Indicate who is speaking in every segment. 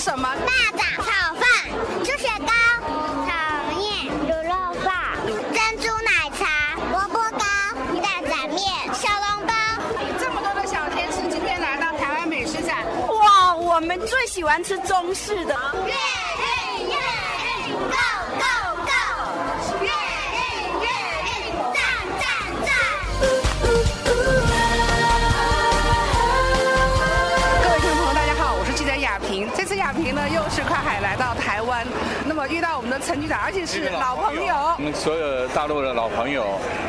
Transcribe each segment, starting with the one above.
Speaker 1: 什么？
Speaker 2: 蚂蚱炒饭、猪血糕、炒面、卤肉饭、珍珠奶茶、萝卜糕、蛋仔面、小笼包。
Speaker 1: 这么多的小天使，今天来到台湾美食展，
Speaker 3: 哇，我们最喜欢吃中式的。
Speaker 2: 越运越运，Go Go Go！越运越运，赞赞赞！
Speaker 1: 各位听众朋友，大家好，我是记者雅萍。这次雅萍呢，又是跨海来到台湾，那么遇到我们的陈局长，而且是老朋友
Speaker 4: 我。们所有的大陆的老朋友。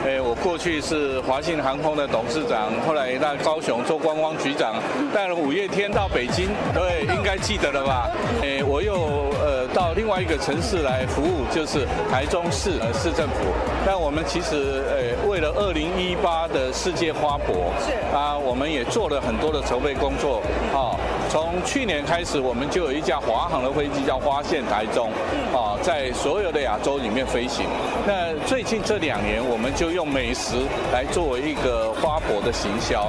Speaker 4: 诶，我过去是华信航空的董事长，后来到高雄做观光局长，带了五月天到北京，对，应该记得了吧？诶，我又呃到另外一个城市来服务，就是台中市呃市政府。但我们其实呃为了二零一八的世界花博，
Speaker 1: 是
Speaker 4: 啊，我们也做了很多的筹备工作，啊、从去年开始，我们就有一架华航的飞机叫花线台中，啊、在所有的亚洲里面飞行。那最近这两年，我们就用美食来作为一个花博的行销，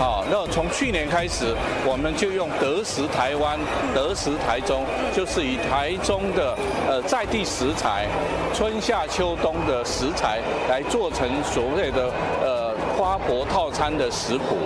Speaker 4: 啊、那从去年开始，我们就用德食台湾、德食台中，就是以台中的呃在地食材，春夏秋冬的食材来做成所谓的呃花博套餐的食谱。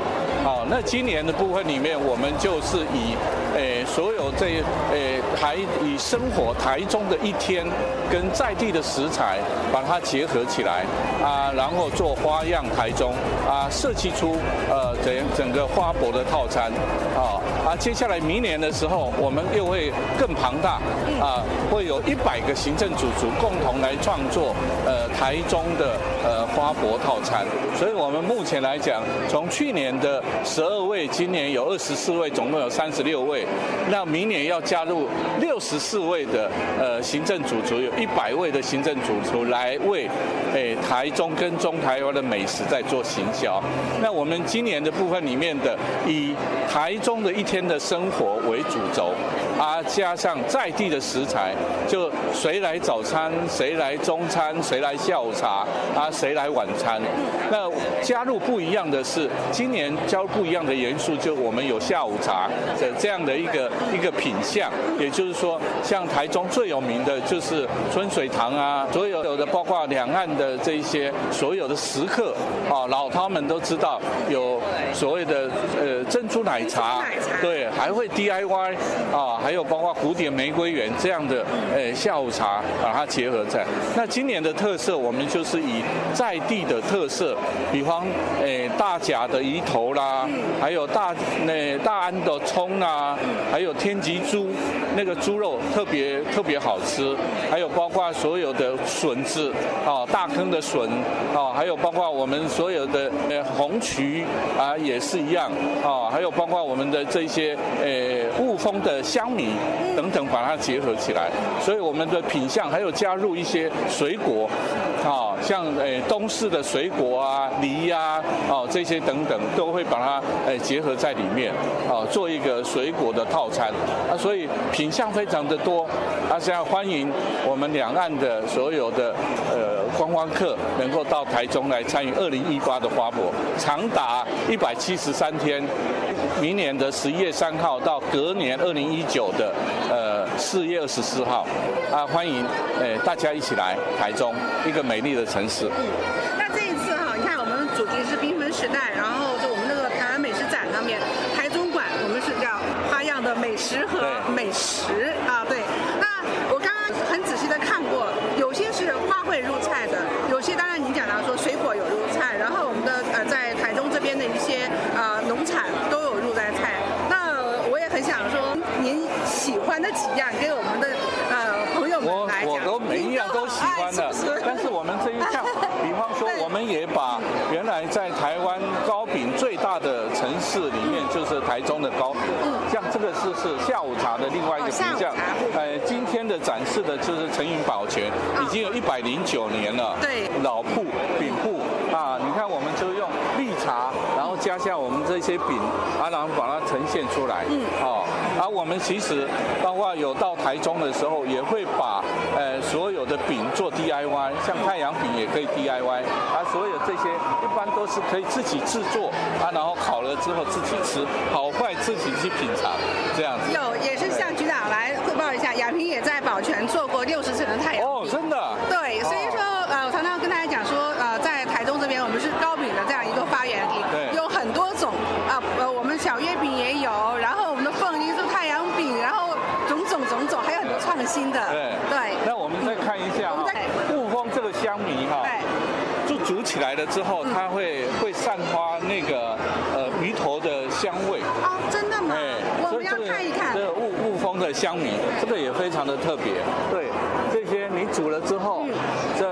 Speaker 4: 好，那今年的部分里面，我们就是以诶、呃所有这诶、呃、台以生活台中的一天跟在地的食材把它结合起来啊，然后做花样台中啊，设计出呃整整个花博的套餐啊啊，接下来明年的时候，我们又会更庞大啊，会有一百个行政组组共同来创作呃台中的呃花博套餐，所以我们目前来讲，从去年的十二位，今年有二十四位，总共有三十六位。那明年要加入六十四位的呃行政主厨，有一百位的行政主厨来为诶、台中跟中台湾的美食在做行销。那我们今年的部分里面的以台中的一天的生活为主轴，啊加上在地的食材，就谁来早餐，谁来中餐，谁来下午茶，啊谁来晚餐。那加入不一样的是，今年加入不一样的元素，就我们有下午茶的这样的一个一个品相，也就是说，像台中最有名的就是春水堂啊，所有的包括两岸的这一些所有的食客啊，老饕们都知道有所谓的呃珍珠奶茶，对，还会 DIY 啊，还有包括古典玫瑰园这样的呃下午茶把它结合在。那今年的特色，我们就是以在地的特色，比方诶、呃大甲的鱼头啦，还有大那、大安的葱啊，还有天吉猪那个猪肉特别特别好吃，还有包括所有的呃笋子啊，大坑的笋啊，还有包括我们所有的呃红曲啊也是一样啊，还有包括我们的这些呃雾峰的香米等等，把它结合起来，所以我们的品相还有加入一些水果啊，像呃东市的水果啊，梨呀、哦这些等等都会把它呃结合在里面，啊、做一个水果的套餐啊，所以品相非常的多，啊，现在欢迎我们两岸的所有的呃观光客能够到台中来参与二零一八的花博，长达一百七十三天，明年的十一月三号到隔年二零一九的呃四月二十四号，啊，欢迎呃大家一起来台中一个美丽的城市。
Speaker 1: 那这一次哈，你看我们主题是缤纷时代，然后就我们那个台湾美食展上面，台中馆我们是叫花样的美食和
Speaker 4: 对
Speaker 1: 美食啊，对。那我刚刚很仔细的看过，有些是花卉入菜的，有些当然您讲到说水果有入菜，然后我们的呃在台中这边的一些呃农产都有入在菜。那我也很想说，您喜欢的几样给我们的呃朋友们
Speaker 4: 我
Speaker 1: 来讲，
Speaker 4: 我都每一样都喜欢 的
Speaker 1: 您都很爱是不是，
Speaker 4: 但是我们这一项，比方说，我们也把
Speaker 1: 嗯
Speaker 4: 原来在台湾糕饼最大的城市里面，就是台中的糕饼，像这个是是下午茶的另外一个
Speaker 1: 嗯哦
Speaker 4: 品
Speaker 1: 下午
Speaker 4: 相
Speaker 1: 茶，嗯
Speaker 4: 呃，今天的展示的就是陈云宝泉，已经有一百零九年了，
Speaker 1: 对
Speaker 4: 老铺饼铺啊，你看我们就用绿茶，然后加下我们这些饼，啊，然后把它呈现出来。嗯，好、而我们其实包括有到台中的时候，也会把呃所有的饼做 DIY，像太阳饼也可以 DIY，啊，所有这些一般都是可以自己制作，啊，然后烤了之后自己吃，好坏自己去品尝，这样子。
Speaker 1: 有也是向局长来汇报一下，亚萍也在保全做过六十层的太阳
Speaker 4: 哦，
Speaker 1: 饼。
Speaker 4: 真的。
Speaker 1: 对，所以说呃，我常常跟大家讲说，呃，在台中这边我们是糕饼的这样一个发源地，
Speaker 4: 对
Speaker 1: 有很多种啊，呃，我们小月饼也有，然后我们的凤梨酥、太阳饼，然后种种种种，还有很多创新的。
Speaker 4: 对
Speaker 1: 对
Speaker 4: 哎那我们再看一下
Speaker 1: 我
Speaker 4: 哈
Speaker 1: 们再，
Speaker 4: 雾峰这个香米哈，
Speaker 1: 对。
Speaker 4: 就煮起来了之后，它会会散发那个呃鱼头的香味。哎
Speaker 1: 哦，真的吗？我
Speaker 4: 所
Speaker 1: 们
Speaker 4: 以
Speaker 1: 要
Speaker 4: 这个
Speaker 1: 看一看
Speaker 4: 这。个雾雾峰的香米，这个也非常的特别。对，这些你煮了之后，
Speaker 1: 嗯
Speaker 4: 这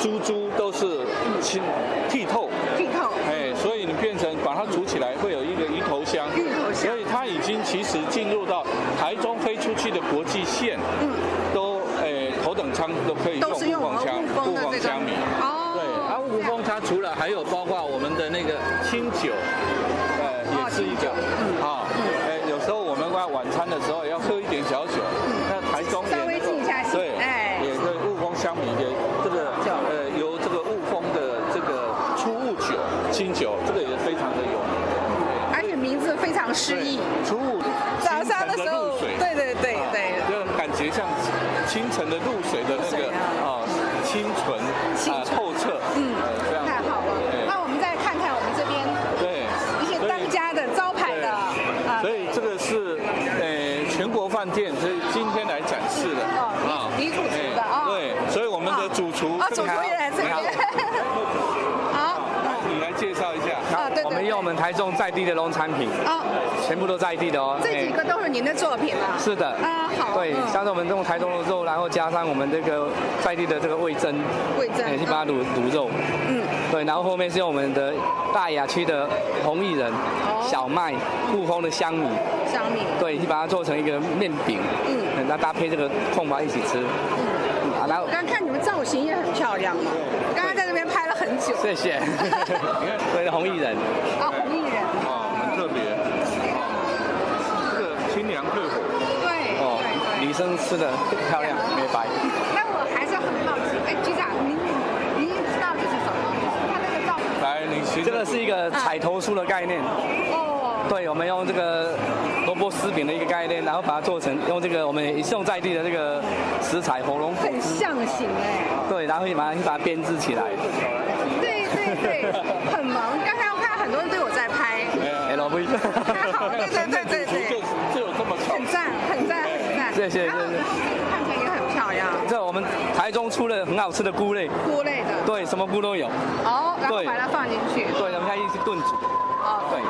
Speaker 4: 珠珠都是清剔透。
Speaker 1: 剔透。
Speaker 4: 哎，所以你变成把它煮起来会有一个鱼头香，
Speaker 1: 鱼头香
Speaker 4: 所以它已经其实进入到台中飞出去的国际线，嗯，都哎头等舱都可以
Speaker 1: 都是用
Speaker 4: 雾
Speaker 1: 我们
Speaker 4: 峰香
Speaker 1: 雾峰的
Speaker 4: 雾
Speaker 1: 这
Speaker 4: 峰
Speaker 1: 个
Speaker 4: 香米。
Speaker 1: 哦，
Speaker 5: 对，然后雾峰它除了还有包括我们的那个清酒，
Speaker 1: 哎
Speaker 4: 呃，也是一个
Speaker 1: 嗯
Speaker 4: 啊，哎，有时候我们在晚餐的时候要喝一点小酒，那台中也
Speaker 1: 稍微
Speaker 4: 能够
Speaker 1: 静一下心
Speaker 4: 对，
Speaker 1: 哎
Speaker 4: 也是雾峰香米的这个呃，由这个雾峰的这个初雾酒清酒，这个也非常的有名。
Speaker 1: 而且名字非常诗意。
Speaker 4: 初雾
Speaker 1: 早上的时候
Speaker 4: 清晨露水，
Speaker 1: 对对对
Speaker 4: 啊
Speaker 1: 对
Speaker 4: 就感觉像清晨的露水的那
Speaker 1: 水
Speaker 4: 个
Speaker 1: 啊
Speaker 4: 啊，清纯
Speaker 1: 清
Speaker 4: 啊
Speaker 1: 纯
Speaker 4: 透彻，
Speaker 1: 嗯
Speaker 4: 呃这样子
Speaker 1: 太好了
Speaker 4: 对。
Speaker 1: 那我们再看看我们这边
Speaker 4: 对，
Speaker 1: 一些
Speaker 4: 所以
Speaker 1: 当家的招牌的啊，
Speaker 4: 所以这个是呃全国饭店，所以今天来展示的啊
Speaker 1: 哦李李主厨的哦
Speaker 4: 哎对，所以我们的主厨
Speaker 1: 啊，
Speaker 4: 这
Speaker 1: 主
Speaker 4: 个
Speaker 1: 厨也来这边。 好，
Speaker 4: 你来介绍一下。
Speaker 1: 啊，对对对，
Speaker 5: 我们用我们台中在地的农产品，
Speaker 1: 哦，
Speaker 5: 全部都在地的哦。
Speaker 1: 这
Speaker 5: 哎
Speaker 1: 几个都是您的作品了。
Speaker 5: 是的，
Speaker 4: 哎
Speaker 1: 啊，好，
Speaker 5: 对，
Speaker 1: 嗯
Speaker 5: 像是我们这种台中的肉，然后加上我们这个在地的这个味噌，
Speaker 1: 味噌
Speaker 5: 哎去把它卤卤肉，
Speaker 1: 嗯，
Speaker 5: 对，然后后面是用我们的大雅区的红薏仁、
Speaker 1: 哦
Speaker 5: 小麦、雾峰的香米，
Speaker 1: 香米，
Speaker 5: 对，去把它做成一个面饼，
Speaker 1: 嗯，
Speaker 5: 那搭配这个空巴一起吃，嗯，啊，然后
Speaker 1: 我刚看你们造型也很漂亮嘛，我刚刚在那边拍了很久。
Speaker 5: 谢谢，
Speaker 1: 嗯
Speaker 5: 对，红薏仁，
Speaker 1: 啊，红艺人，
Speaker 4: 哦，我们特别哦，这个清凉退火，
Speaker 1: 对
Speaker 5: 哦
Speaker 1: 对，对。
Speaker 5: 女生吃的漂亮美白。
Speaker 1: 那我还是很好奇，哎，局长，您您知道这是什么吗？它那个造型，
Speaker 4: 来，你其实
Speaker 5: 这个是一个
Speaker 1: 嗯
Speaker 5: 彩头酥的概念，
Speaker 1: 哦，
Speaker 5: 对，我们用这个萝卜丝饼的一个概念，然后把它做成用这个我们也是用在地的这个食材火龙果
Speaker 1: 很
Speaker 5: 汁，
Speaker 1: 象形哎。
Speaker 5: 对，然后把它去把它编织起来。
Speaker 1: 对对对，很忙。刚才我看很多人对我在拍，
Speaker 5: LV，
Speaker 1: 太好了，对对对对
Speaker 4: 就
Speaker 1: 对，
Speaker 4: 就有这么巧
Speaker 1: 很赞很赞很赞。
Speaker 5: 谢谢
Speaker 1: 然后
Speaker 5: 谢谢
Speaker 1: 看起来也很漂亮，
Speaker 5: 这我们台中出了很好吃的菇类，
Speaker 1: 菇类的。
Speaker 5: 对，什么菇都有，
Speaker 1: 哦，然后
Speaker 5: 对
Speaker 1: 把它放进去。
Speaker 5: 对，我们现在一起炖煮，
Speaker 1: 哦，
Speaker 5: 对，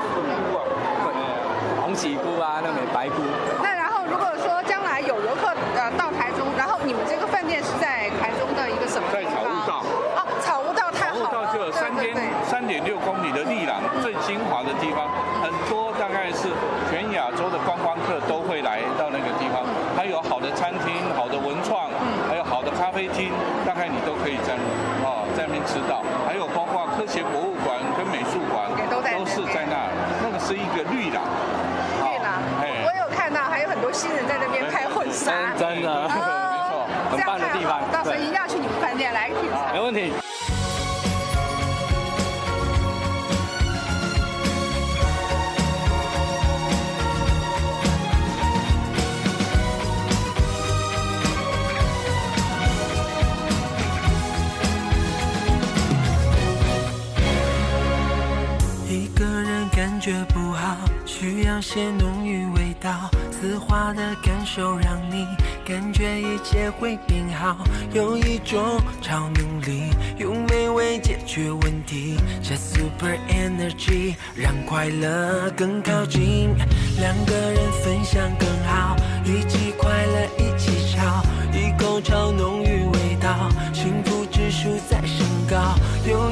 Speaker 5: 红喜菇啊，那美白菇，
Speaker 1: 那然后如果说将来有游客呃到台中，然后你们这个饭店是在台中的一个什么地方？
Speaker 4: 在草悟道。
Speaker 1: 哦，草悟道太
Speaker 4: 然
Speaker 1: 好
Speaker 4: 后
Speaker 1: 了。
Speaker 4: 到就有三
Speaker 1: 对
Speaker 4: 点
Speaker 1: 对对
Speaker 4: 三点六公里的丽朗最精华的地方，很多大概是全亚洲的观光客都会来到那个地方。它有好的餐厅、好的文创，
Speaker 1: 嗯
Speaker 4: 还有好的咖啡厅，大概你都可以在哦在那边吃到。还有包括科学博物馆跟美术馆
Speaker 1: 也都在那边
Speaker 4: 是在那儿，那个是一个绿朗。
Speaker 1: 对了，
Speaker 5: 哎
Speaker 1: 我有看到还有很多新人在那边拍婚纱。
Speaker 5: 真 真的
Speaker 1: 哦，
Speaker 5: 没错哎很棒的地方
Speaker 1: 这样太好了到时候
Speaker 5: 对
Speaker 1: 一定要去你们饭店来品尝
Speaker 5: 没。问题。
Speaker 6: 一个人感觉不好，需要些浓郁味道，丝滑的感受让你感觉一切会变好。有一种超能力，用美味解决问题，这 super energy 让快乐更靠近。两个人分享更好，一起快乐一起吵，一口超浓郁味道，幸福指数在升高。有 Oh，